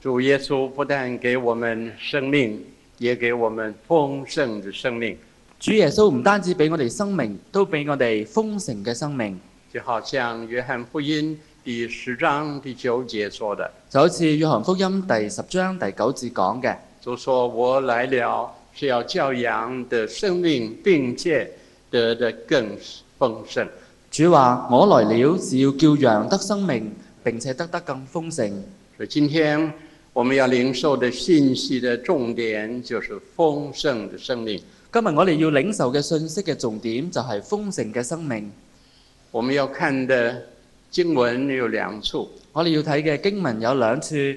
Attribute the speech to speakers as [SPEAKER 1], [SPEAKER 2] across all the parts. [SPEAKER 1] 主耶稣不但给我们生命，也给我们丰盛的生命，
[SPEAKER 2] 主耶穌唔單止俾我哋生命，都俾我哋豐盛嘅生命。
[SPEAKER 1] 就好像约翰福音第十章第九节说的
[SPEAKER 2] 就好似約翰福音第十章第九節講嘅，：“
[SPEAKER 1] 主说我来了，是要教养的生命，并且得的更丰盛。
[SPEAKER 2] 主話：我來了是要叫羊得生命，並且得得更豐盛。”
[SPEAKER 1] 所以今天我们要领受的信息的重点就是丰盛的生命。
[SPEAKER 2] 今日我哋要領受嘅信息嘅重點就係豐盛嘅生命。
[SPEAKER 1] 我们要看的经文有两处，
[SPEAKER 2] 我哋要睇嘅經文有兩處，第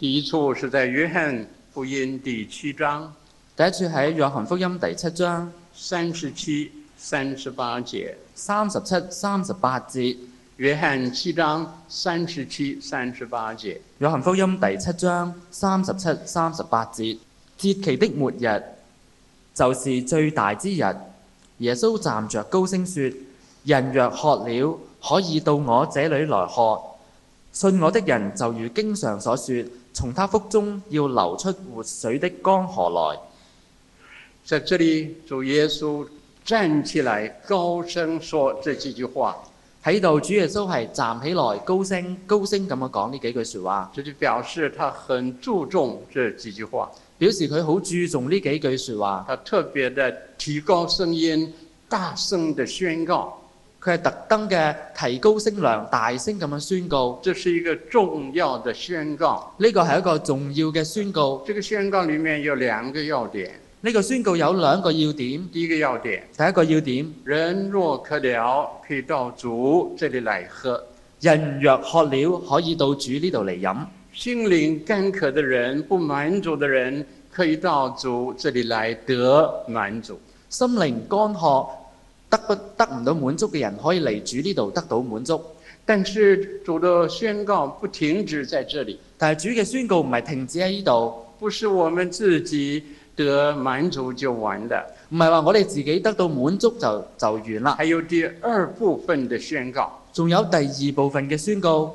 [SPEAKER 1] 第一处是在约翰福音第七章
[SPEAKER 2] 一處喺約翰福音第七章
[SPEAKER 1] 三十七、三十八节。
[SPEAKER 2] 三十七、三十八節，
[SPEAKER 1] 约翰七章三十七、三十八节，
[SPEAKER 2] 約翰福音第七章三十七、三十八節。節期的末日就是最大之日，耶穌站着高聲說：人若渴了，可以到我這裏來喝。信我的人就如經上所說，從他腹中要流出活水的江河來。
[SPEAKER 1] 在这里主耶稣站起来高声说这几句话，
[SPEAKER 2] 喺度，主耶穌係站起來，高聲高聲咁樣講呢幾句説話，
[SPEAKER 1] 这就表示他很注重这几句话，
[SPEAKER 2] 表示佢好注重呢幾句説話。
[SPEAKER 1] 他特别的提高声音，大声的宣告，
[SPEAKER 2] 佢係特登嘅提高聲量，大聲咁樣宣告。
[SPEAKER 1] 这是一个重要的宣告。
[SPEAKER 2] 呢個係一個重要嘅宣告。
[SPEAKER 1] 这个宣告里面有两个要点，
[SPEAKER 2] 呢、個宣告有兩個要點，第
[SPEAKER 1] 第一个要点，
[SPEAKER 2] 一個要點：
[SPEAKER 1] 人若渴了，可以到主这里来喝。
[SPEAKER 2] 人若渴了，可以到主呢度嚟飲。
[SPEAKER 1] 心灵干渴的人、不满足的人，可以到主这里来得满足。
[SPEAKER 2] 心靈乾渴，得不得唔到滿足嘅人，可以嚟主呢度得到滿足。
[SPEAKER 1] 但是主的宣告不停止在这里，
[SPEAKER 2] 但係主嘅宣告唔係停止喺呢度，
[SPEAKER 1] 不是我们自己得满足就完的，
[SPEAKER 2] 唔係話我哋自己得到滿足就就完啦。
[SPEAKER 1] 还有第二部分的宣告，
[SPEAKER 2] 仲有第二部分嘅宣告，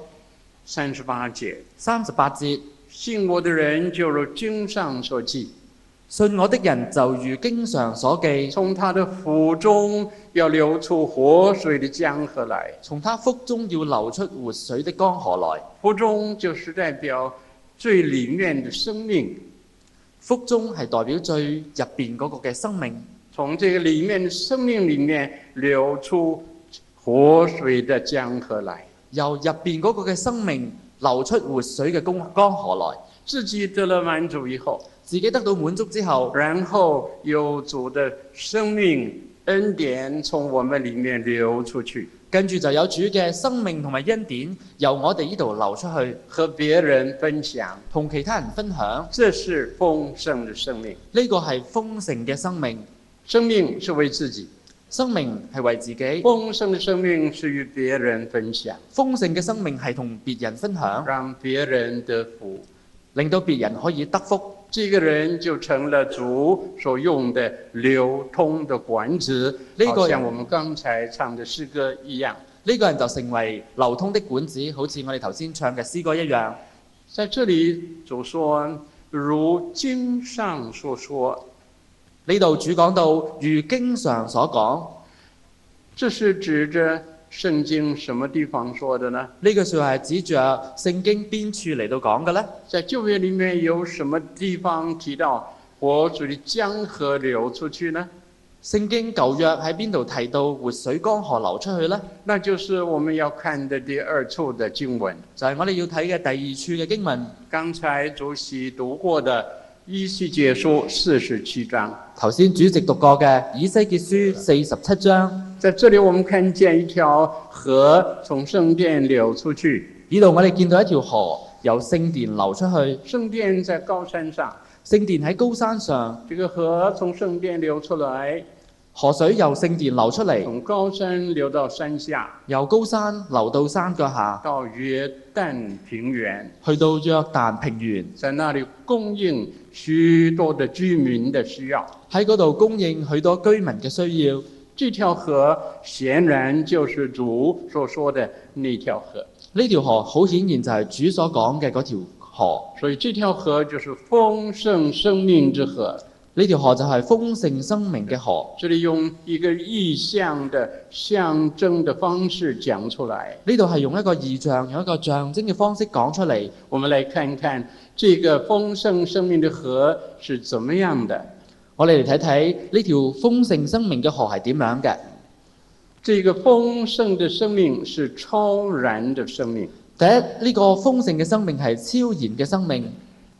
[SPEAKER 1] 三十八节：
[SPEAKER 2] 三十八節：
[SPEAKER 1] 信我的人就如经上所记，
[SPEAKER 2] 信我的人就如經上所記，
[SPEAKER 1] 从他的腹中要流出活水的江河来。
[SPEAKER 2] 從他腹中要流出活水的江河來。
[SPEAKER 1] 腹中就是代表最里面的生命，
[SPEAKER 2] 腹中係代表最入邊嗰個嘅生命，
[SPEAKER 1] 从这个里面的生命里面流出活水的江河来。
[SPEAKER 2] 由入邊嗰個嘅生命流出活水嘅江江河來。
[SPEAKER 1] 自己得了满足以后，
[SPEAKER 2] 自己得到滿足之後，
[SPEAKER 1] 然后有主的生命恩典从我们里面流出去，
[SPEAKER 2] 跟住就有主嘅生命同埋恩典由我哋呢度流出去，
[SPEAKER 1] 和别人分享，
[SPEAKER 2] 同其他人分享。
[SPEAKER 1] 这是丰盛的生命。
[SPEAKER 2] 呢個係豐盛嘅生命，
[SPEAKER 1] 生命是为自己，
[SPEAKER 2] 生命係為自己，
[SPEAKER 1] 丰盛的生命是与别人分享，
[SPEAKER 2] 豐盛嘅生命係同別人分享。
[SPEAKER 1] 让别人得福。
[SPEAKER 2] 令到別人可以得福，
[SPEAKER 1] 这个人就成了主所用的流通的管子，
[SPEAKER 2] 呢個
[SPEAKER 1] 好像我们刚才唱的诗歌一样。
[SPEAKER 2] 呢、個人就成為流通的管子，好似我哋頭先唱嘅詩歌一樣。
[SPEAKER 1] 在这里，主说：“如经上所说，
[SPEAKER 2] 呢度主講到，如經上所講，
[SPEAKER 1] 这是指着圣经什么地方说的呢？
[SPEAKER 2] 呢句説話係指着聖經邊處嚟到講嘅呢？
[SPEAKER 1] 在旧约里面有什么地方提到活水的江河流出去呢？
[SPEAKER 2] 聖經舊約喺邊度提到活水江河流出去呢？
[SPEAKER 1] 那就是我们要看的第二处的经文。
[SPEAKER 2] 就係、我哋要睇嘅第二處嘅經文。
[SPEAKER 1] 刚才主席读过的《依西结书》四十七章。”
[SPEAKER 2] 頭先主席讀過嘅以西結書四十七章，
[SPEAKER 1] 在这里，我们看见一条河从圣殿流出去，
[SPEAKER 2] 呢度我哋見到一條河由聖殿流出去，
[SPEAKER 1] 圣殿在高山上，
[SPEAKER 2] 聖殿喺高山上，
[SPEAKER 1] 这个河从圣殿流出来，
[SPEAKER 2] 河水由聖殿流出嚟。
[SPEAKER 1] 从高山流到山下，
[SPEAKER 2] 由高山流到山腳下，
[SPEAKER 1] 到约旦平原，
[SPEAKER 2] 去到約旦平原，
[SPEAKER 1] 在那里供应许多的居民的需要。
[SPEAKER 2] 喺嗰度供應許多居民嘅需要。
[SPEAKER 1] 这条河显然就是主所说的那条河，
[SPEAKER 2] 呢條河好顯然就係主所講嘅嗰條河。
[SPEAKER 1] 所以这条河就是丰盛生命之河。
[SPEAKER 2] 呢條河就係豐盛生命嘅河。
[SPEAKER 1] 这里用一个意象的象征的方式讲出来。
[SPEAKER 2] 呢度係用一個意象，用一個象徵嘅方式講出嚟。
[SPEAKER 1] 我们来看看这个丰盛生命的河是怎么样的。
[SPEAKER 2] 我哋嚟睇睇呢條豐盛生命嘅河係點樣嘅。
[SPEAKER 1] 这个丰盛的生命是超然的生命。
[SPEAKER 2] 第一，呢、個豐盛嘅生命係超然嘅生命。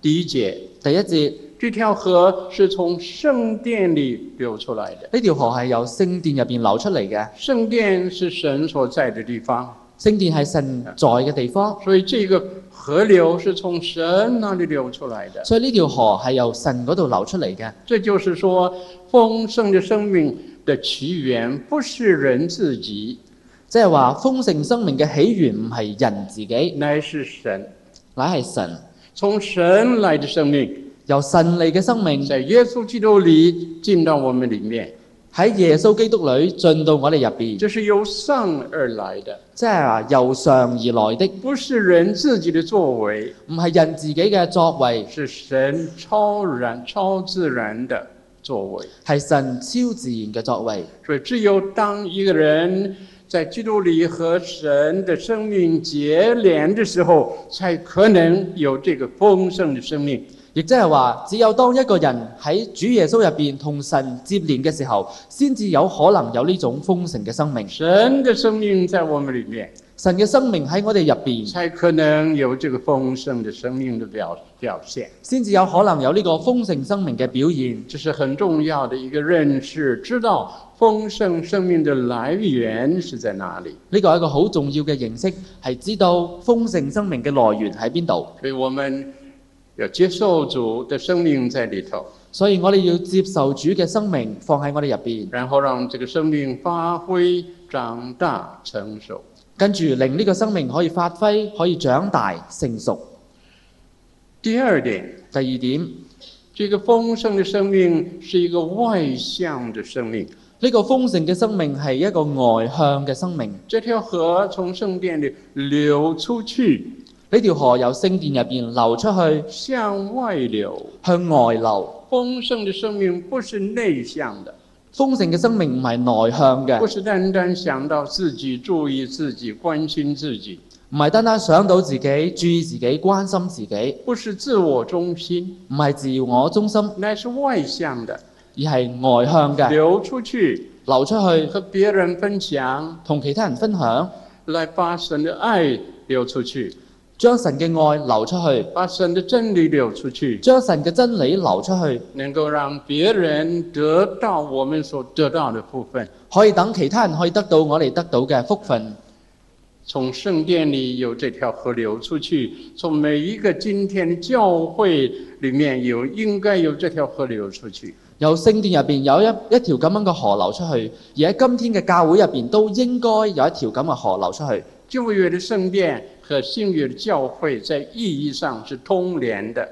[SPEAKER 1] 第一节，
[SPEAKER 2] 第一節，
[SPEAKER 1] 这条河是从圣殿里流出来的。
[SPEAKER 2] 呢條河係由聖殿入邊流出嚟嘅。
[SPEAKER 1] 圣殿是神所在的地方，
[SPEAKER 2] 聖殿係神在嘅地方，
[SPEAKER 1] 所以这个河流是从神那里流出来的。
[SPEAKER 2] 所以呢條河係由神嗰度流出嚟嘅。
[SPEAKER 1] 这就是说，丰盛的生命的起源不是人自己，
[SPEAKER 2] 即係話豐盛生命嘅起源唔係人自己，
[SPEAKER 1] 乃是神。
[SPEAKER 2] 乃係神。
[SPEAKER 1] 从神来的生命，
[SPEAKER 2] 由神嚟嘅生命
[SPEAKER 1] 在耶稣基督里进到我们里面，
[SPEAKER 2] 喺耶穌基督裏進到我哋入邊，
[SPEAKER 1] 这是由上而来的，
[SPEAKER 2] 即係話由上而來的，
[SPEAKER 1] 不是人自己的作为，
[SPEAKER 2] 唔係人自己嘅作為，
[SPEAKER 1] 是神超然、超自然的作为。
[SPEAKER 2] 係神超自然嘅作為。
[SPEAKER 1] 所以，只有当一个人在基督里和神的生命结连的时候，才可能有这个丰盛的生命。
[SPEAKER 2] 亦即係話，只有當一個人喺主耶穌入邊同神接連嘅時候，先至有可能有呢種豐盛嘅生命。
[SPEAKER 1] 神的生命在我们里面，
[SPEAKER 2] 神嘅生命喺我哋入邊，
[SPEAKER 1] 才可能有这个丰盛的生命的表表现。
[SPEAKER 2] 先至有可能有呢個豐盛生命嘅表現。
[SPEAKER 1] 这是很重要的一个认识，知道丰盛生命的来源是在哪里。
[SPEAKER 2] 呢個係一個好重要嘅認識，係知道豐盛生命嘅來源喺邊度。
[SPEAKER 1] 所以我们要接受主的生命在里头，
[SPEAKER 2] 所以我哋要接受主嘅生命放喺我哋入邊，
[SPEAKER 1] 然后让这个生命发挥、长大、成熟。
[SPEAKER 2] 跟住令呢個生命可以發揮，可以長大成熟。
[SPEAKER 1] 第二点，
[SPEAKER 2] 第二點，呢、
[SPEAKER 1] 这个丰盛的生命是一个外向的生命。
[SPEAKER 2] 個豐盛嘅生命係一個外向嘅生命。
[SPEAKER 1] 这条河从圣殿里流出去，
[SPEAKER 2] 呢條河由聖殿入邊流出去，
[SPEAKER 1] 向外流。
[SPEAKER 2] 向外流。
[SPEAKER 1] 丰盛的生命不是内向的，
[SPEAKER 2] 豐盛嘅生命唔係內向
[SPEAKER 1] 不
[SPEAKER 2] 嘅，
[SPEAKER 1] 是单单想到自己、注意自己、关心自己，
[SPEAKER 2] 唔係單單想到自己、注意自己、關心自己，
[SPEAKER 1] 不是自我中心，
[SPEAKER 2] 唔係自我中心，
[SPEAKER 1] 乃是外向的，
[SPEAKER 2] 而係外向嘅，
[SPEAKER 1] 流出去
[SPEAKER 2] 流出去
[SPEAKER 1] 和别人分享，
[SPEAKER 2] 同其他人分享，
[SPEAKER 1] 来把神的爱流出去，
[SPEAKER 2] 將神嘅愛流出去，
[SPEAKER 1] 把神的真理流出去，
[SPEAKER 2] 將神嘅真理流出去。
[SPEAKER 1] 能够让别人得到我们所得到的部分。
[SPEAKER 2] 可以等其他人可以得到我哋得到嘅福分。
[SPEAKER 1] 从圣殿里有这条河流出去，从每一个今天的教会里面有应该有这条河流出去。
[SPEAKER 2] 由聖殿入邊有一一條咁樣嘅河流出去，而喺今天嘅教會入邊都應該有一條咁嘅河流出去。
[SPEAKER 1] 旧约的圣殿和新约的教会在意义上是通连的，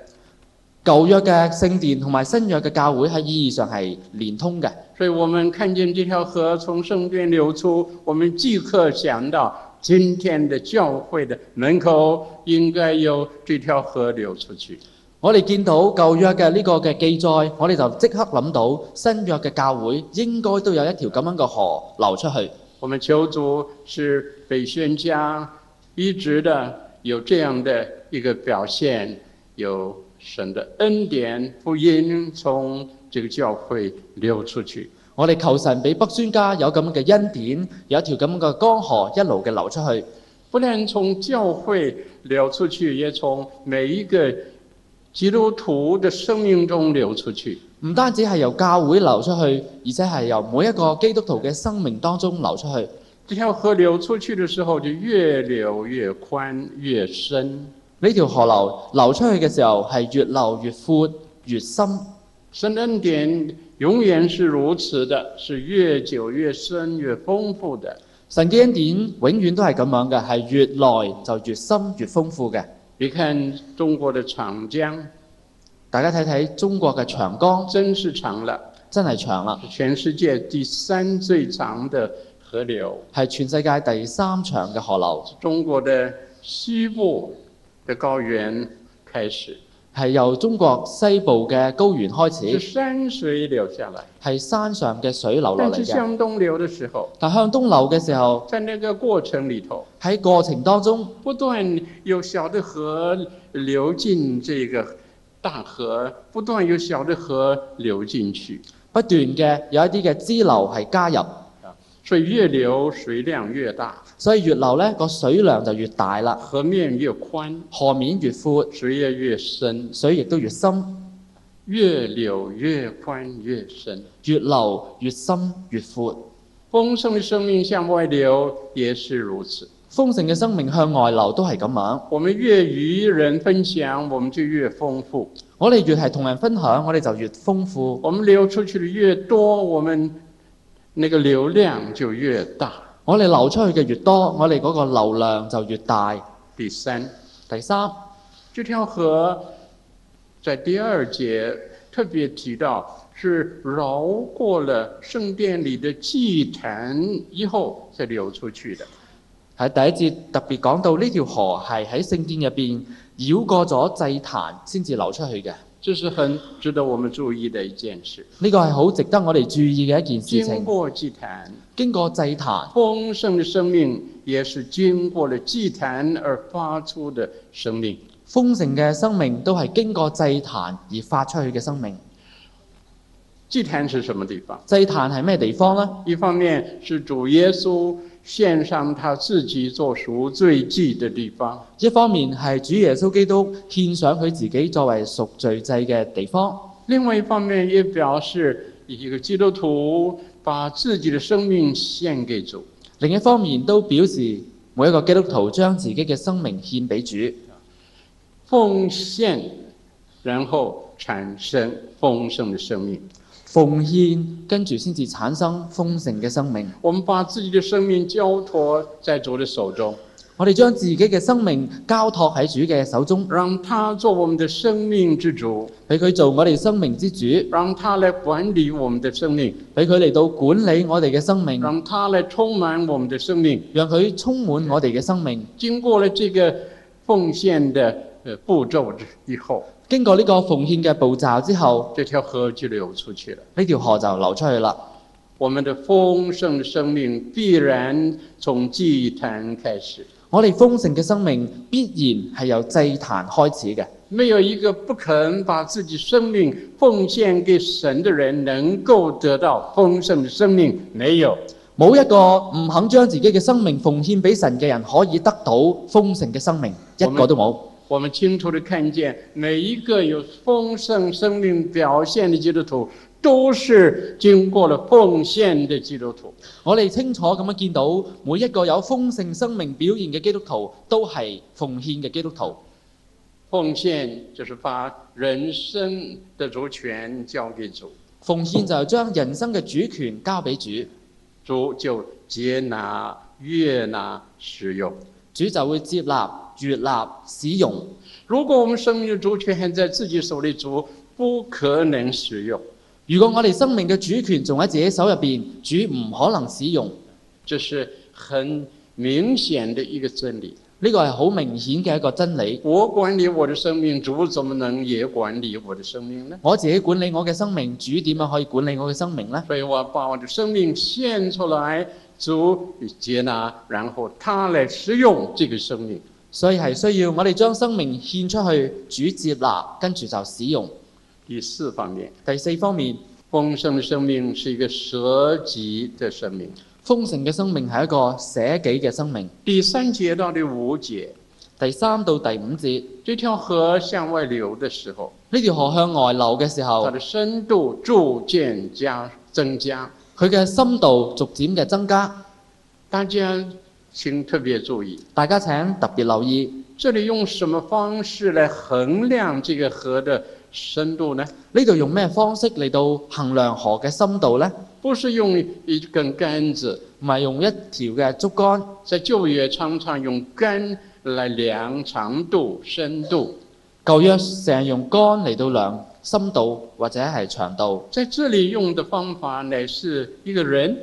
[SPEAKER 2] 舊約嘅聖殿同埋新約嘅教會喺意義上係連通嘅，
[SPEAKER 1] 所以我们看见这条河从圣殿流出，我们即刻想到今天的教会的门口应该有这条河流出去。
[SPEAKER 2] 我哋見到舊約嘅呢個嘅記載，我哋就即刻諗到新約嘅教會應該都有一條咁樣嘅河流出去。
[SPEAKER 1] 我们求主是北宣家一直的有这样的一个表现，有神的恩典福音从这个教会流出去。
[SPEAKER 2] 我哋求神俾北宣家有咁樣嘅恩典，有一條咁樣嘅江河一路嘅流出去。
[SPEAKER 1] 不但从教会流出去，也从每一个基督徒的生命中流出去。
[SPEAKER 2] 唔單止係由教會流出去，而且係由每一個基督徒嘅生命當中流出去。
[SPEAKER 1] 这条河流出去的时候，就越流越宽越深，
[SPEAKER 2] 呢條河流流出去嘅時候係越流越闊越深。
[SPEAKER 1] 神的恩典永远是如此的，是越久越深越丰富的。
[SPEAKER 2] 神嘅恩典永遠都係咁樣嘅，係越耐就越深越豐富嘅。
[SPEAKER 1] 你看中国的长江
[SPEAKER 2] 大家睇睇中國嘅長江
[SPEAKER 1] 真是长了，
[SPEAKER 2] 真係長啦，
[SPEAKER 1] 是全世界第三最长的河流。
[SPEAKER 2] 係全世界第三長嘅河流。
[SPEAKER 1] 中国的西部的高原开始，
[SPEAKER 2] 係由中國西部嘅高原開
[SPEAKER 1] 是
[SPEAKER 2] 始，
[SPEAKER 1] 山水流下来。
[SPEAKER 2] 係山上嘅水流落
[SPEAKER 1] 但
[SPEAKER 2] 嚟
[SPEAKER 1] 是
[SPEAKER 2] 嘅。
[SPEAKER 1] 向东流的时候，
[SPEAKER 2] 但向東流嘅時候，
[SPEAKER 1] 在那个过程里头，
[SPEAKER 2] 喺過程當中
[SPEAKER 1] 不断有小的河流进这个大河，不断有小的河流进去，
[SPEAKER 2] 不斷嘅有一啲嘅支流係加入，
[SPEAKER 1] 所以越流水量越大，
[SPEAKER 2] 所以越流呢個水量就越大啦，
[SPEAKER 1] 河面越宽，
[SPEAKER 2] 河面越闊，
[SPEAKER 1] 水也越深，
[SPEAKER 2] 水亦都越深，
[SPEAKER 1] 越流越宽越深。
[SPEAKER 2] 越流越深越闊。
[SPEAKER 1] 丰盛的生命向外流也是如此。
[SPEAKER 2] 豐盛嘅生命向外流都係咁啊樣。
[SPEAKER 1] 我们越与人分享，我们就越丰富；
[SPEAKER 2] 我哋越係同人分享，我哋就越豐富。
[SPEAKER 1] 我们流出去的越多，我们那个流量就越大。
[SPEAKER 2] 我哋流出去嘅越多，我哋嗰個流量就越大。
[SPEAKER 1] 第三，
[SPEAKER 2] 第三，
[SPEAKER 1] 这条河在第二节特别提到，是绕过了圣殿里的祭坛以后再流出去的。
[SPEAKER 2] 喺第一節特別講到呢條河係喺聖殿入邊繞過咗祭壇先至流出去嘅。
[SPEAKER 1] 这是很值得我们注意的一件事。
[SPEAKER 2] 呢個係好值得我哋注意嘅一件事
[SPEAKER 1] 经
[SPEAKER 2] 情。
[SPEAKER 1] 过祭坛，
[SPEAKER 2] 經過祭壇，
[SPEAKER 1] 丰盛的生命也是经过了祭坛而发出的生命。
[SPEAKER 2] 豐盛嘅生命都係經過祭壇而發出去嘅生命。
[SPEAKER 1] 祭坛是什么地方？
[SPEAKER 2] 祭壇係咩地方呢？
[SPEAKER 1] 一方面是主耶稣献上他自己做赎罪祭的地方，
[SPEAKER 2] 一方面係主耶穌基督獻上佢自己作為贖罪祭嘅地方，
[SPEAKER 1] 另外一方面也表示一个基督徒把自己的生命献给主。
[SPEAKER 2] 另一方面都表示每一個基督徒將自己嘅生命獻俾主。
[SPEAKER 1] 奉献，然后产生丰盛的生命。
[SPEAKER 2] 奉獻，跟住先至產生豐盛嘅生命。
[SPEAKER 1] 我们把自己的生命交托在主的手中，
[SPEAKER 2] 我哋將自己嘅生命交託喺主嘅手中，
[SPEAKER 1] 让他做我们的生命之主，
[SPEAKER 2] 俾佢做我哋生命之主，
[SPEAKER 1] 让他来管理我们的生命，
[SPEAKER 2] 俾佢嚟到管理我哋嘅生命，
[SPEAKER 1] 让他来充满我们的生命。
[SPEAKER 2] 讓佢充滿我哋嘅生命。
[SPEAKER 1] 经过了这个奉献的呃步骤之以后，
[SPEAKER 2] 經過呢個奉獻嘅步驟之後，
[SPEAKER 1] 这条河就流出去了。
[SPEAKER 2] 呢條河就流出去啦。
[SPEAKER 1] 我们的丰盛的生命必然从祭坛开始，
[SPEAKER 2] 我哋豐盛嘅生命必然係由祭壇開始嘅，
[SPEAKER 1] 没有一个不肯把自己生命奉献给神的人能够得到丰盛的生命。没有，
[SPEAKER 2] 冇一個唔肯將自己嘅生命奉獻俾神嘅人可以得到豐盛嘅生命，一個都冇。
[SPEAKER 1] 我们清楚的看见，每一个有丰盛生命表现的基督徒，都是经过了奉献的基督徒。
[SPEAKER 2] 我哋清楚咁樣見到每一個有豐盛生命表現嘅基督徒，都係奉獻嘅基督徒。
[SPEAKER 1] 奉献就是把人生的主权交给主，
[SPEAKER 2] 奉獻就係將人生嘅主權交俾主，
[SPEAKER 1] 主就接纳、悦纳、使用。
[SPEAKER 2] 主就會接納、悦納、使用。
[SPEAKER 1] 如果我们生命的主权还在自己手里，主不可能使用。
[SPEAKER 2] 如果我哋生命嘅主權仲喺自己手入邊，主唔可能使用。
[SPEAKER 1] 这是很明显的一个真理。
[SPEAKER 2] 呢個係好明顯嘅一個真理。
[SPEAKER 1] 我管理我的生命，主怎么能也管理我的生命呢？
[SPEAKER 2] 我自己管理我嘅生命，主點樣可以管理我嘅生命呢？
[SPEAKER 1] 所以我把我的生命献出来，主接纳，然后他来使用这个生命。
[SPEAKER 2] 所以係需要我哋將生命獻出去，主接納，跟住就使用。
[SPEAKER 1] 第四方面。
[SPEAKER 2] 第四方面，
[SPEAKER 1] 丰盛的生命是一个舍己的生命。
[SPEAKER 2] 豐盛嘅生命係一個捨己嘅生命。
[SPEAKER 1] 第三节到第五节，
[SPEAKER 2] 第三到第五節，
[SPEAKER 1] 这条河向外流的时候，
[SPEAKER 2] 呢條河向外流嘅時候
[SPEAKER 1] 它，的深度逐渐加增加。
[SPEAKER 2] 佢嘅深度逐漸嘅增加。
[SPEAKER 1] 大家请特别注意，
[SPEAKER 2] 大家請特別留意，
[SPEAKER 1] 这里用什么方式来衡量这个河的深度呢？
[SPEAKER 2] 呢度用咩方式嚟到衡量河嘅深度呢？
[SPEAKER 1] 不是用一根杆子，
[SPEAKER 2] 唔係用一條嘅竹竿。
[SPEAKER 1] 在旧约常常用杆来量长度、深度，
[SPEAKER 2] 舊約成日用竿嚟到量深度或者係長度。
[SPEAKER 1] 在这里用的方法乃是一个人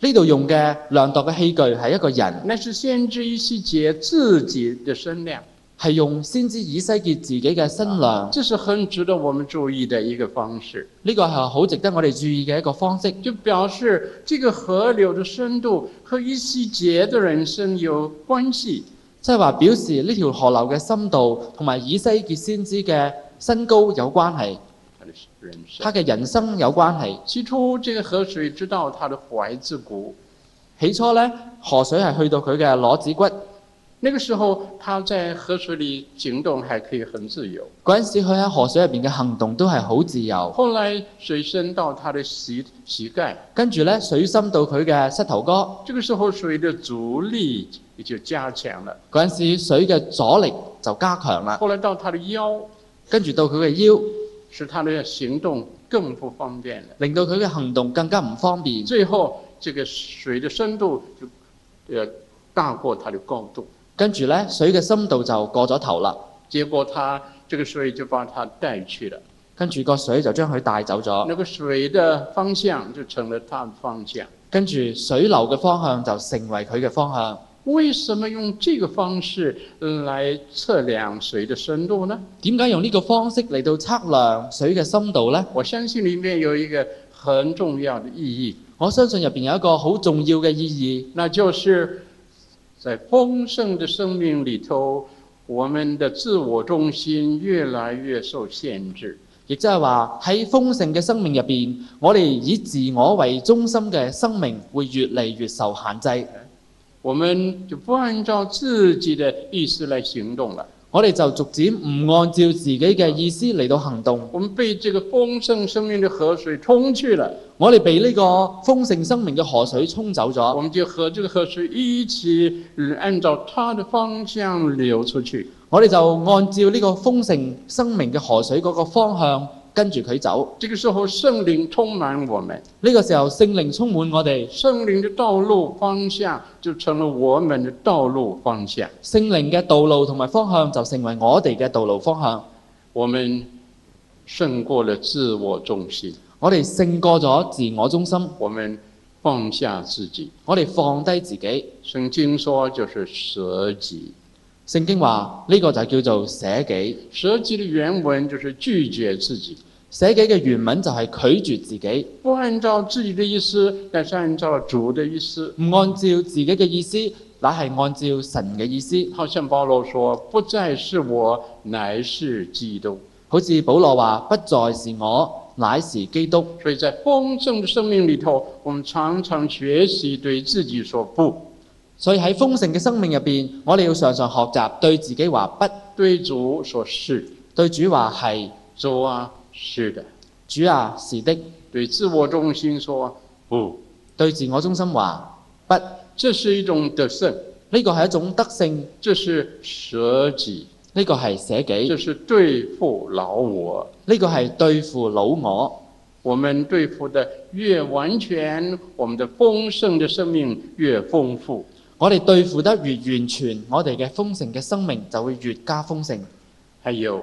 [SPEAKER 2] 呢度用嘅量度嘅器具係一個人，
[SPEAKER 1] 那是先知一西节自己的身量，
[SPEAKER 2] 係用先知以西結自己嘅身量，
[SPEAKER 1] 这是很值得我们注意的一个方式，
[SPEAKER 2] 呢個係好值得我哋注意嘅一個方式。
[SPEAKER 1] 就表示这个河流的深度和一西结的人生有关系。
[SPEAKER 2] 即係話表示呢條河流嘅深度同埋以西結先知嘅身高有關係，
[SPEAKER 1] 他的人生
[SPEAKER 2] 他，嘅人生有關係。
[SPEAKER 1] 起初这个河水直到他的踝子骨，
[SPEAKER 2] 起初呢，河水係去到佢嘅裸子骨，
[SPEAKER 1] 那个时候他在河水里行动还可以很自由。
[SPEAKER 2] 嗰陣時佢喺河水入邊嘅行動都係好自由。
[SPEAKER 1] 后来水深到他的膝膝盖，
[SPEAKER 2] 跟住呢，水深到佢嘅膝頭哥，
[SPEAKER 1] 这个时候水的阻力也就加强了。
[SPEAKER 2] 嗰陣時水嘅阻力就加強啦。
[SPEAKER 1] 后来到他的腰，
[SPEAKER 2] 跟住到佢嘅腰，
[SPEAKER 1] 使他的行动更不方便了。
[SPEAKER 2] 令到佢嘅行動更加唔方便。
[SPEAKER 1] 最后，这个水的深度就呃大过它的高度，
[SPEAKER 2] 跟住呢，水嘅深度就過咗頭啦。
[SPEAKER 1] 结果它这个水就把它带去了。
[SPEAKER 2] 跟住個水就將佢帶走咗，
[SPEAKER 1] 那个水的方向就成了它的方向。
[SPEAKER 2] 跟住水流嘅方向就成為佢嘅方向。
[SPEAKER 1] 为什么用这个方式来测量水的深度呢？
[SPEAKER 2] 點解用呢個方式嚟到測量水嘅深度呢？
[SPEAKER 1] 我相信里面有一个很重要的意义，
[SPEAKER 2] 我相信入邊有一個好重要嘅意義，
[SPEAKER 1] 那就是在丰盛的生命里头，我们的自我中心越来越受限制。
[SPEAKER 2] 亦即係話喺豐盛嘅生命入邊，我哋以自我為中心嘅生命會越嚟越受限制。
[SPEAKER 1] 我们就不按照自己的意思来行动了。
[SPEAKER 2] 我哋就逐漸唔按照自己嘅意思嚟到行動，
[SPEAKER 1] 我们被这个丰盛生命的河水冲去了，
[SPEAKER 2] 我哋被呢個豐盛生命嘅河水沖走咗
[SPEAKER 1] 我，们就和这个河水一起嗯按照它的方向流出去。
[SPEAKER 2] 我哋就按照呢個豐盛生命嘅河水嗰個方向跟住佢走。
[SPEAKER 1] 这个时候，圣灵充满我们，
[SPEAKER 2] 呢個時候聖靈充滿我哋，
[SPEAKER 1] 圣灵的道路方向就成了我们的道路方向。
[SPEAKER 2] 聖靈嘅道路同埋方向就成為我哋嘅道路方向。
[SPEAKER 1] 我们胜过了自我中心，
[SPEAKER 2] 我哋勝過咗自我中心，
[SPEAKER 1] 我们放下自己。
[SPEAKER 2] 我哋放低自己。
[SPEAKER 1] 圣经说，就是舍己。
[SPEAKER 2] 聖經話呢、個就叫做捨己。
[SPEAKER 1] 舍己的原文就是拒绝自己。
[SPEAKER 2] 捨己嘅原文就係拒絕自己，
[SPEAKER 1] 不按照自己的意思，但是按照主的意思。
[SPEAKER 2] 唔按照自己嘅意思，乃係按照神嘅意思。
[SPEAKER 1] 好像保罗说：“不再是我，乃是基督。
[SPEAKER 2] 好似保羅話：不再是我，乃是基督。”
[SPEAKER 1] 所以在丰盛的生命里头，我们常常学习对自己说不，
[SPEAKER 2] 所以喺豐盛嘅生命入邊，我哋要常常學習對自己話不，
[SPEAKER 1] 对主说是。
[SPEAKER 2] 對主話係。
[SPEAKER 1] 主啊，是的；
[SPEAKER 2] 主啊，是的。
[SPEAKER 1] 对自我中心说不，
[SPEAKER 2] 對自我中心話不，呢
[SPEAKER 1] 这是一种得胜，
[SPEAKER 2] 個係一種德性，
[SPEAKER 1] 这是舍己，
[SPEAKER 2] 呢個係捨己
[SPEAKER 1] 这，是对付老我。
[SPEAKER 2] 呢個係對付老我。
[SPEAKER 1] 我们对付的越完全，我们的丰盛的生命越丰富。
[SPEAKER 2] 我哋對付得越完全，我哋嘅豐盛嘅生命就會越加豐盛。
[SPEAKER 1] 还有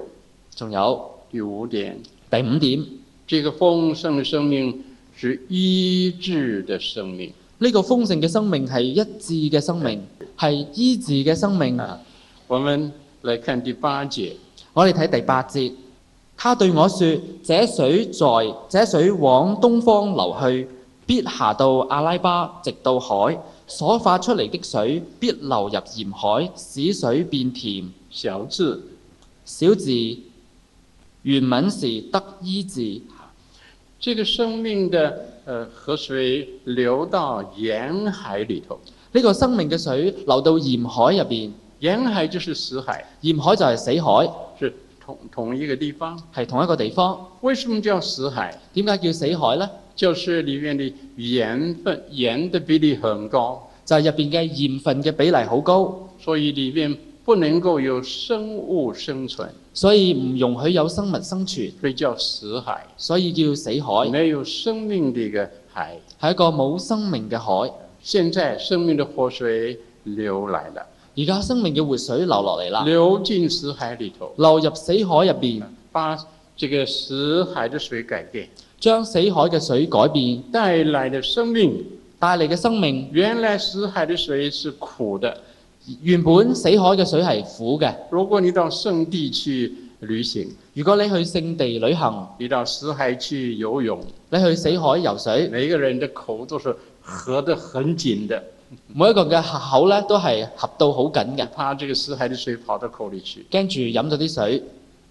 [SPEAKER 2] 仲有
[SPEAKER 1] 第五点，
[SPEAKER 2] 第五點，
[SPEAKER 1] 这个丰盛的生命是医治的生命
[SPEAKER 2] 呢、個豐盛嘅生命係一致嘅生命，係醫治嘅生命。
[SPEAKER 1] 啊。我们来看第八节，
[SPEAKER 2] 我哋睇第八節，他對我說：這水在，這水往東方流去，必下到阿拉巴，直到海。所發出嚟的水必流入鹽海，使水變甜。
[SPEAKER 1] 小字
[SPEAKER 2] 小字原文是得醫治，
[SPEAKER 1] 这个生命的呃河水流到沿海里头，
[SPEAKER 2] 呢、個生命嘅水流到鹽海入邊，
[SPEAKER 1] 沿海就是死海，
[SPEAKER 2] 鹽海就係死海，
[SPEAKER 1] 是同同一个地方。
[SPEAKER 2] 係同一個地方。
[SPEAKER 1] 为什么叫死海？
[SPEAKER 2] 點解叫死海呢？
[SPEAKER 1] 就是里面的盐分盐的比例很高，
[SPEAKER 2] 就係入邊嘅鹽分嘅比例好高，
[SPEAKER 1] 所以里面不能够有生物生存，
[SPEAKER 2] 所以唔容许有生物生存，
[SPEAKER 1] 所以叫死海。
[SPEAKER 2] 所以叫死海。
[SPEAKER 1] 没有生命的一个海。
[SPEAKER 2] 係一個冇生命嘅海。
[SPEAKER 1] 现在生命的活水流来了，
[SPEAKER 2] 而家生命嘅活水流落嚟啦，
[SPEAKER 1] 流进死海里头，
[SPEAKER 2] 流入死海入邊，
[SPEAKER 1] 把这个死海的水改变，
[SPEAKER 2] 將死海嘅水改變，
[SPEAKER 1] 带来的生命。
[SPEAKER 2] 帶嚟嘅生命。
[SPEAKER 1] 原来死海的水是苦的，
[SPEAKER 2] 原本死海嘅水係苦嘅，
[SPEAKER 1] 如果你到圣地去旅行，
[SPEAKER 2] 如果你去聖地旅行，
[SPEAKER 1] 你到死海去游泳，
[SPEAKER 2] 你去死海游水，
[SPEAKER 1] 每一个人的口都是合得很紧的，
[SPEAKER 2] 每一個嘅口咧都係合到好緊嘅，
[SPEAKER 1] 怕这个死海的水跑到口里去，
[SPEAKER 2] 驚住飲咗啲水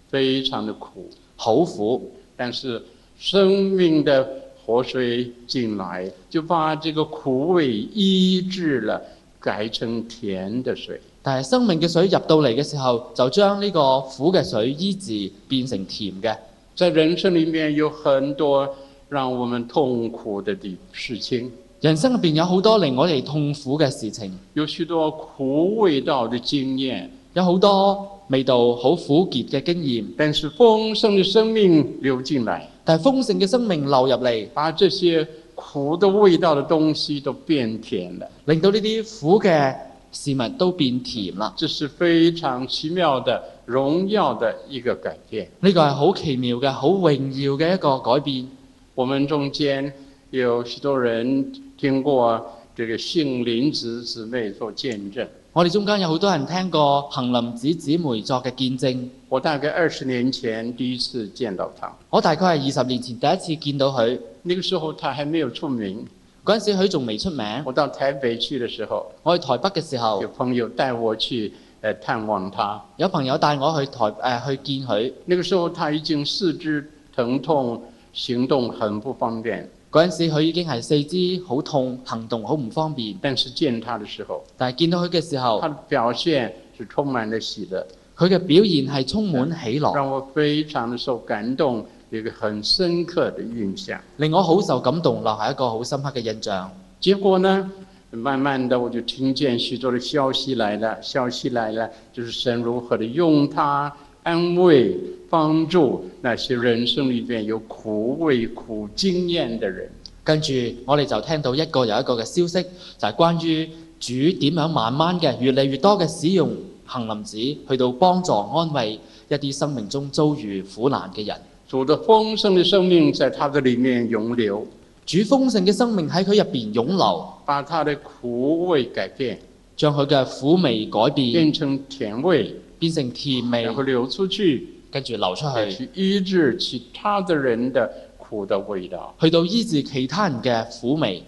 [SPEAKER 1] 非常的苦。
[SPEAKER 2] 好苦。
[SPEAKER 1] 但是生命的活水进来，就把这个苦味医治了，改成甜的水。
[SPEAKER 2] 但係生命嘅水入到嚟嘅時候，就將呢個苦嘅水醫治變成甜嘅。
[SPEAKER 1] 在人生里面有很多让我们痛苦的地事情，
[SPEAKER 2] 人生入邊有好多令我哋痛苦嘅事情，
[SPEAKER 1] 有许多苦味道的经验，
[SPEAKER 2] 有好多味道好苦澀嘅經驗。
[SPEAKER 1] 但是丰盛的生命流进来，
[SPEAKER 2] 但係豐盛嘅生命流入嚟，
[SPEAKER 1] 把这些苦的味道的东西都变甜了，
[SPEAKER 2] 令到呢啲苦嘅事物都變甜啦。
[SPEAKER 1] 这是非常奇妙的、荣耀的一个改变。
[SPEAKER 2] 呢個係好奇妙嘅、好榮耀嘅一個改變。
[SPEAKER 1] 我们中间有许多人听过这个杏林子姊妹做见证。
[SPEAKER 2] 我哋中間有好多人聽過杏林子姊妹作嘅見證，
[SPEAKER 1] 我大概二十年前第一次见到她，
[SPEAKER 2] 我大概係二十年前第一次見到佢，
[SPEAKER 1] 那个时候她还没有出名。
[SPEAKER 2] 嗰陣時佢仲未出名。
[SPEAKER 1] 我到台北去的时候，
[SPEAKER 2] 我去台北嘅時候
[SPEAKER 1] 有，朋友带我去呃探望她。
[SPEAKER 2] 有朋友帶我去台誒、呃去見佢，
[SPEAKER 1] 那个时候她已经四肢疼痛，行动很不方便。
[SPEAKER 2] 嗰陣時佢已經係四肢好痛，行動好唔方便。
[SPEAKER 1] 但是见她的时候，
[SPEAKER 2] 但係見到佢嘅時候
[SPEAKER 1] 她，的表现是充满了喜乐，
[SPEAKER 2] 佢嘅表現係充滿喜樂，
[SPEAKER 1] 让我非常的受感动，有一个很深刻的印象。
[SPEAKER 2] 令我好受感動，留下一個好深刻嘅印象。
[SPEAKER 1] 结果呢，慢慢的我就听见许多的消息来了，消息来了，就是神如何的用它安慰、帮助那些人生里边有苦味、苦经验的人。
[SPEAKER 2] 跟住我哋就聽到一個又一個嘅消息，就係、關於主點樣慢慢嘅越嚟越多嘅使用杏林子，去到幫助安慰一啲生命中遭遇苦難嘅人。
[SPEAKER 1] 主的丰盛的生命在他的里面涌流，
[SPEAKER 2] 主豐盛嘅生命喺佢入邊湧流，
[SPEAKER 1] 把他的苦味改变，
[SPEAKER 2] 將佢嘅苦味改變，
[SPEAKER 1] 变成甜味，
[SPEAKER 2] 變成甜味
[SPEAKER 1] 然，后流出去，
[SPEAKER 2] 跟住流出
[SPEAKER 1] 也
[SPEAKER 2] 去，
[SPEAKER 1] 去医治其他的人的苦的味道。
[SPEAKER 2] 去到醫治其他人嘅苦味。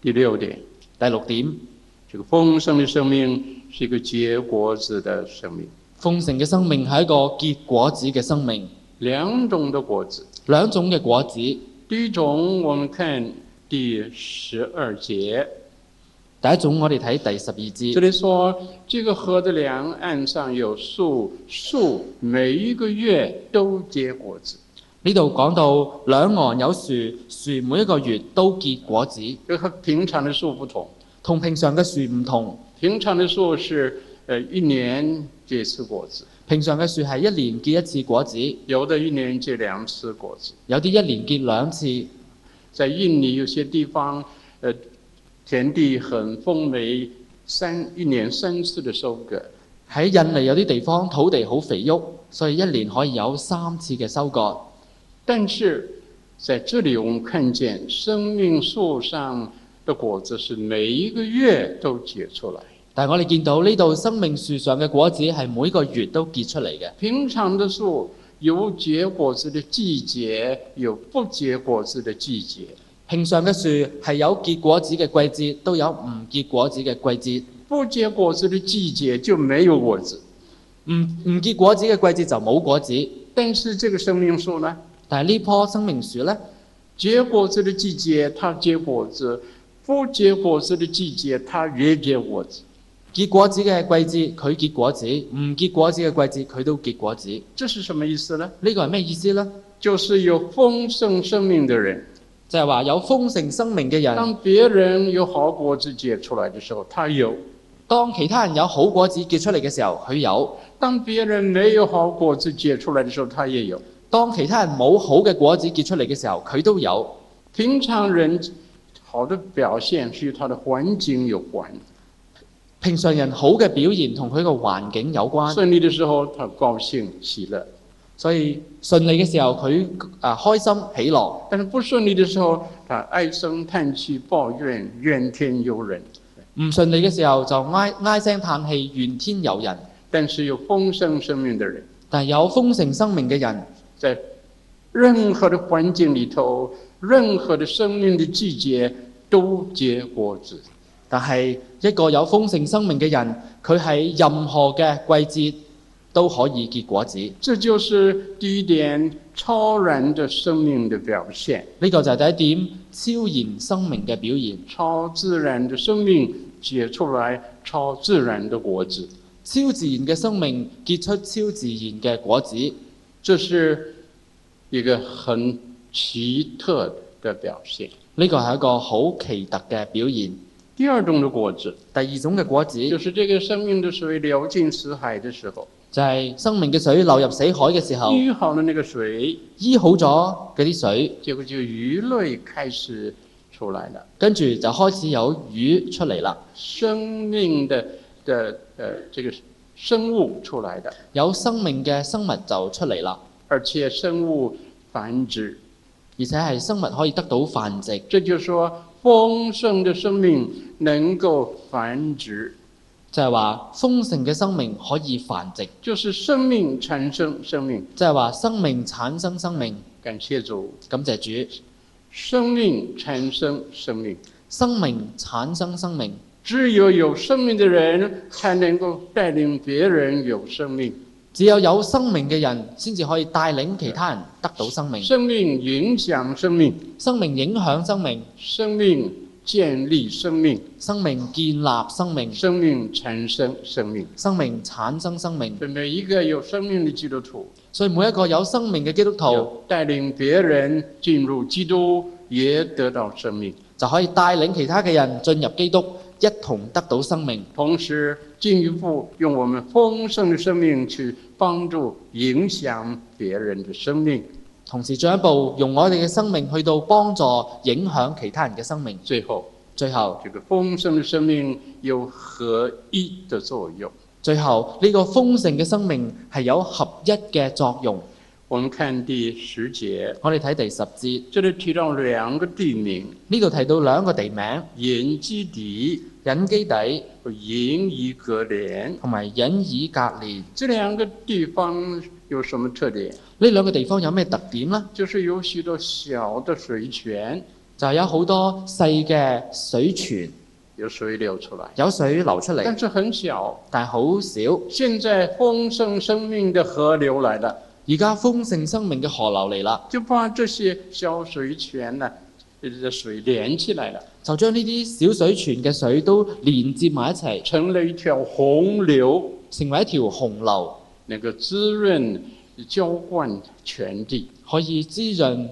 [SPEAKER 1] 第六点。
[SPEAKER 2] 第六點，
[SPEAKER 1] 这个丰盛的生命是一个结果子的生命，
[SPEAKER 2] 豐盛嘅生命係一個結果子嘅生命，
[SPEAKER 1] 两种的果子。
[SPEAKER 2] 兩種嘅果子。
[SPEAKER 1] 第一种，我们看第十二节，
[SPEAKER 2] 第一種我哋睇第十二節
[SPEAKER 1] 这。里说这个河的两岸上有树，树每一个月都结果子。
[SPEAKER 2] 呢度講到兩岸有樹，樹每一個月都結果子，
[SPEAKER 1] 这和平常的树不同，
[SPEAKER 2] 同平常嘅樹唔同。
[SPEAKER 1] 平常的树是呃一年结一次果子，
[SPEAKER 2] 平常嘅樹係一年結一次果子，
[SPEAKER 1] 有的一年结两次果子。
[SPEAKER 2] 有啲一年結兩次。
[SPEAKER 1] 在印尼有些地方，呃，田地很丰美，三一年三次的收割。
[SPEAKER 2] 喺印尼有啲地方土地好肥沃，所以一年可以有三次嘅收割。
[SPEAKER 1] 但是在这里，我们看见生命树上的果子是每一个月都结出来。
[SPEAKER 2] 但係我哋見到呢度生命樹上嘅果子係每個月都結出嚟嘅。
[SPEAKER 1] 平常的树有结果子的季节，有不结果子的季节。
[SPEAKER 2] 平常嘅樹係有結果子嘅季節，都有唔結果子嘅季節。
[SPEAKER 1] 不结果子的季节就没有果子，
[SPEAKER 2] 唔唔結果子嘅季節就冇果子。
[SPEAKER 1] 但是这个生命树呢，
[SPEAKER 2] 但係呢棵生命樹呢，
[SPEAKER 1] 结果子的季节它结果子，不结果子的季节它也结果子。
[SPEAKER 2] 結果子嘅季節，佢結果子；唔結果子嘅季節，佢都結果子。呢、
[SPEAKER 1] 这是什么意思呢？
[SPEAKER 2] 個係咩意思呢？
[SPEAKER 1] 就是有丰盛生命的人，
[SPEAKER 2] 就係、話有豐盛生命嘅人，
[SPEAKER 1] 当别人有好果子结出来的时候，他有；
[SPEAKER 2] 當其他人有好果子結出嚟嘅時候，佢有；
[SPEAKER 1] 当别人没有好果子结出来的时候，他也有。
[SPEAKER 2] 當其他人冇好嘅果子結出嚟嘅時候，佢都有。
[SPEAKER 1] 平常人好的表现是与他的环境有关，
[SPEAKER 2] 平常人好嘅表現同佢個環境有關，
[SPEAKER 1] 顺利的时候他高兴喜乐，
[SPEAKER 2] 所以順利嘅時候佢啊開心喜樂，
[SPEAKER 1] 但是不顺利的时候他唉声叹气、抱怨、怨天尤人。
[SPEAKER 2] 唔順利嘅時候就唉唉聲嘆氣，怨天尤人。
[SPEAKER 1] 但是有丰盛生命的人，
[SPEAKER 2] 但係有豐盛生命嘅人，
[SPEAKER 1] 在任何的环境里头，任何的生命的季节都结果子。
[SPEAKER 2] 但係一個有豐盛生命嘅人，佢喺任何嘅季節都可以結果子。呢、
[SPEAKER 1] 这就是第一点，超然的生命的表现，
[SPEAKER 2] 個就係第一點，超然生命嘅表現。
[SPEAKER 1] 超自然的生命结出来超自然的果子。
[SPEAKER 2] 超自然嘅生命結出超自然嘅果子，呢、
[SPEAKER 1] 这是一个很奇特的表现。
[SPEAKER 2] 個係一個好奇特嘅表現。
[SPEAKER 1] 第二种的果子，
[SPEAKER 2] 第二種嘅果子
[SPEAKER 1] 就是这个生命的水流进死海的时候，
[SPEAKER 2] 就係生命嘅水流入死海嘅時候，
[SPEAKER 1] 淤好了那个水，
[SPEAKER 2] 醫好咗嗰啲水，
[SPEAKER 1] 结果就鱼类开始出来了，
[SPEAKER 2] 跟住就開始有魚出嚟啦，
[SPEAKER 1] 生命的的呃这个生物出来的，
[SPEAKER 2] 有生命嘅生物就出嚟啦，
[SPEAKER 1] 而且生物繁殖，
[SPEAKER 2] 而且係生物可以得到繁殖。
[SPEAKER 1] 这就是说丰盛的生命能够繁殖，
[SPEAKER 2] 就係話豐盛嘅生命可以繁殖，
[SPEAKER 1] 就是生命产生生命。
[SPEAKER 2] 就係話生命產生生命。
[SPEAKER 1] 感谢主，
[SPEAKER 2] 感謝主，
[SPEAKER 1] 生命产生生命。
[SPEAKER 2] 生命產生生命，
[SPEAKER 1] 只有有生命的人，才能够带领别人有生命。
[SPEAKER 2] 只有有生命嘅人先至可以帶領其他人得到生命。
[SPEAKER 1] 生命影响生命，
[SPEAKER 2] 生命影響生命，
[SPEAKER 1] 生命建立生命，
[SPEAKER 2] 生命建立生命，
[SPEAKER 1] 生命产生生命。
[SPEAKER 2] 生命產生生命。
[SPEAKER 1] 所以每一个有生命的基督徒，
[SPEAKER 2] 所以每一個有生命嘅基督徒
[SPEAKER 1] 有带领别人进入基督，也得到生命。
[SPEAKER 2] 就可以帶領其他嘅人進入基督，一同得到生命。
[SPEAKER 1] 同时，进一步用我们丰盛的生命去帮助影响别人的生命。
[SPEAKER 2] 同時進一步用我哋嘅生命去到幫助影響其他人嘅生命。
[SPEAKER 1] 最后，
[SPEAKER 2] 最後，
[SPEAKER 1] 这个丰盛的生命有合一的作用。
[SPEAKER 2] 最後呢、個豐盛嘅生命係有合一嘅作用。
[SPEAKER 1] 我们看第十节，
[SPEAKER 2] 我哋睇第十節，
[SPEAKER 1] 这里提到两个地名：
[SPEAKER 2] 呢度提到兩個地名：
[SPEAKER 1] 隐基底
[SPEAKER 2] 隱基底
[SPEAKER 1] 和隐以格连。
[SPEAKER 2] 同埋隱爾格連。
[SPEAKER 1] 这两个地方有什么特点？
[SPEAKER 2] 呢兩個地方有咩特點呢？
[SPEAKER 1] 就是有许多小的水泉
[SPEAKER 2] 就係、有好多細嘅水泉，
[SPEAKER 1] 有水流出来，
[SPEAKER 2] 有水流出嚟，
[SPEAKER 1] 但是很小。
[SPEAKER 2] 但係好少。
[SPEAKER 1] 现在丰盛生命的河流来了，
[SPEAKER 2] 而家豐盛生命嘅河流嚟啦。
[SPEAKER 1] 就把这些小水泉呢，呃这水连起来了，
[SPEAKER 2] 就將呢啲小水泉嘅水都連接埋一齊，
[SPEAKER 1] 成了一条洪流，
[SPEAKER 2] 成為一條洪流，
[SPEAKER 1] 能够滋润、浇灌全地。
[SPEAKER 2] 可以滋潤、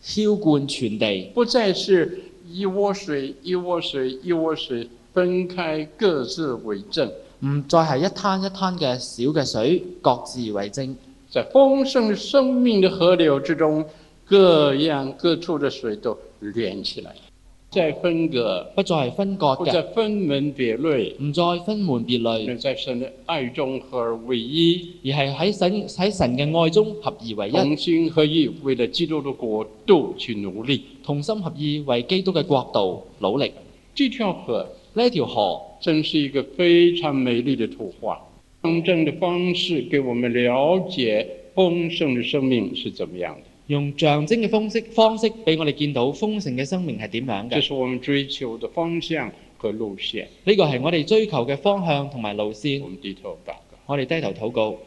[SPEAKER 2] 浇灌全地，
[SPEAKER 1] 不再是一窝水、一窝水、一窝水分开各自为政，
[SPEAKER 2] 唔再係一灘一灘嘅小嘅水，各自為政。
[SPEAKER 1] 在丰盛生命的河流之中，各样各处的水都连起来，不再分隔，
[SPEAKER 2] 不再係分割
[SPEAKER 1] 不
[SPEAKER 2] 嘅，
[SPEAKER 1] 再分門别类，
[SPEAKER 2] 唔再分門別類，
[SPEAKER 1] 而在神的爱中合而为一，
[SPEAKER 2] 而係喺神喺神嘅愛中合而為一，
[SPEAKER 1] 同心合意，为了基督的国度去努力。
[SPEAKER 2] 同心合意為基督嘅國度努力。
[SPEAKER 1] 这条河
[SPEAKER 2] 呢一條河
[SPEAKER 1] 真是一个非常美丽的图画。方正的方式给我们了解丰盛的生命是怎么样的，
[SPEAKER 2] 用象徵嘅方式方式俾我哋見到豐盛嘅生命係點樣
[SPEAKER 1] 这
[SPEAKER 2] 嘅。
[SPEAKER 1] 是我们追求的方向和路线。
[SPEAKER 2] 呢個係我哋追求嘅方向同埋路線
[SPEAKER 1] 我。们低头祷告，
[SPEAKER 2] 我哋低頭禱告。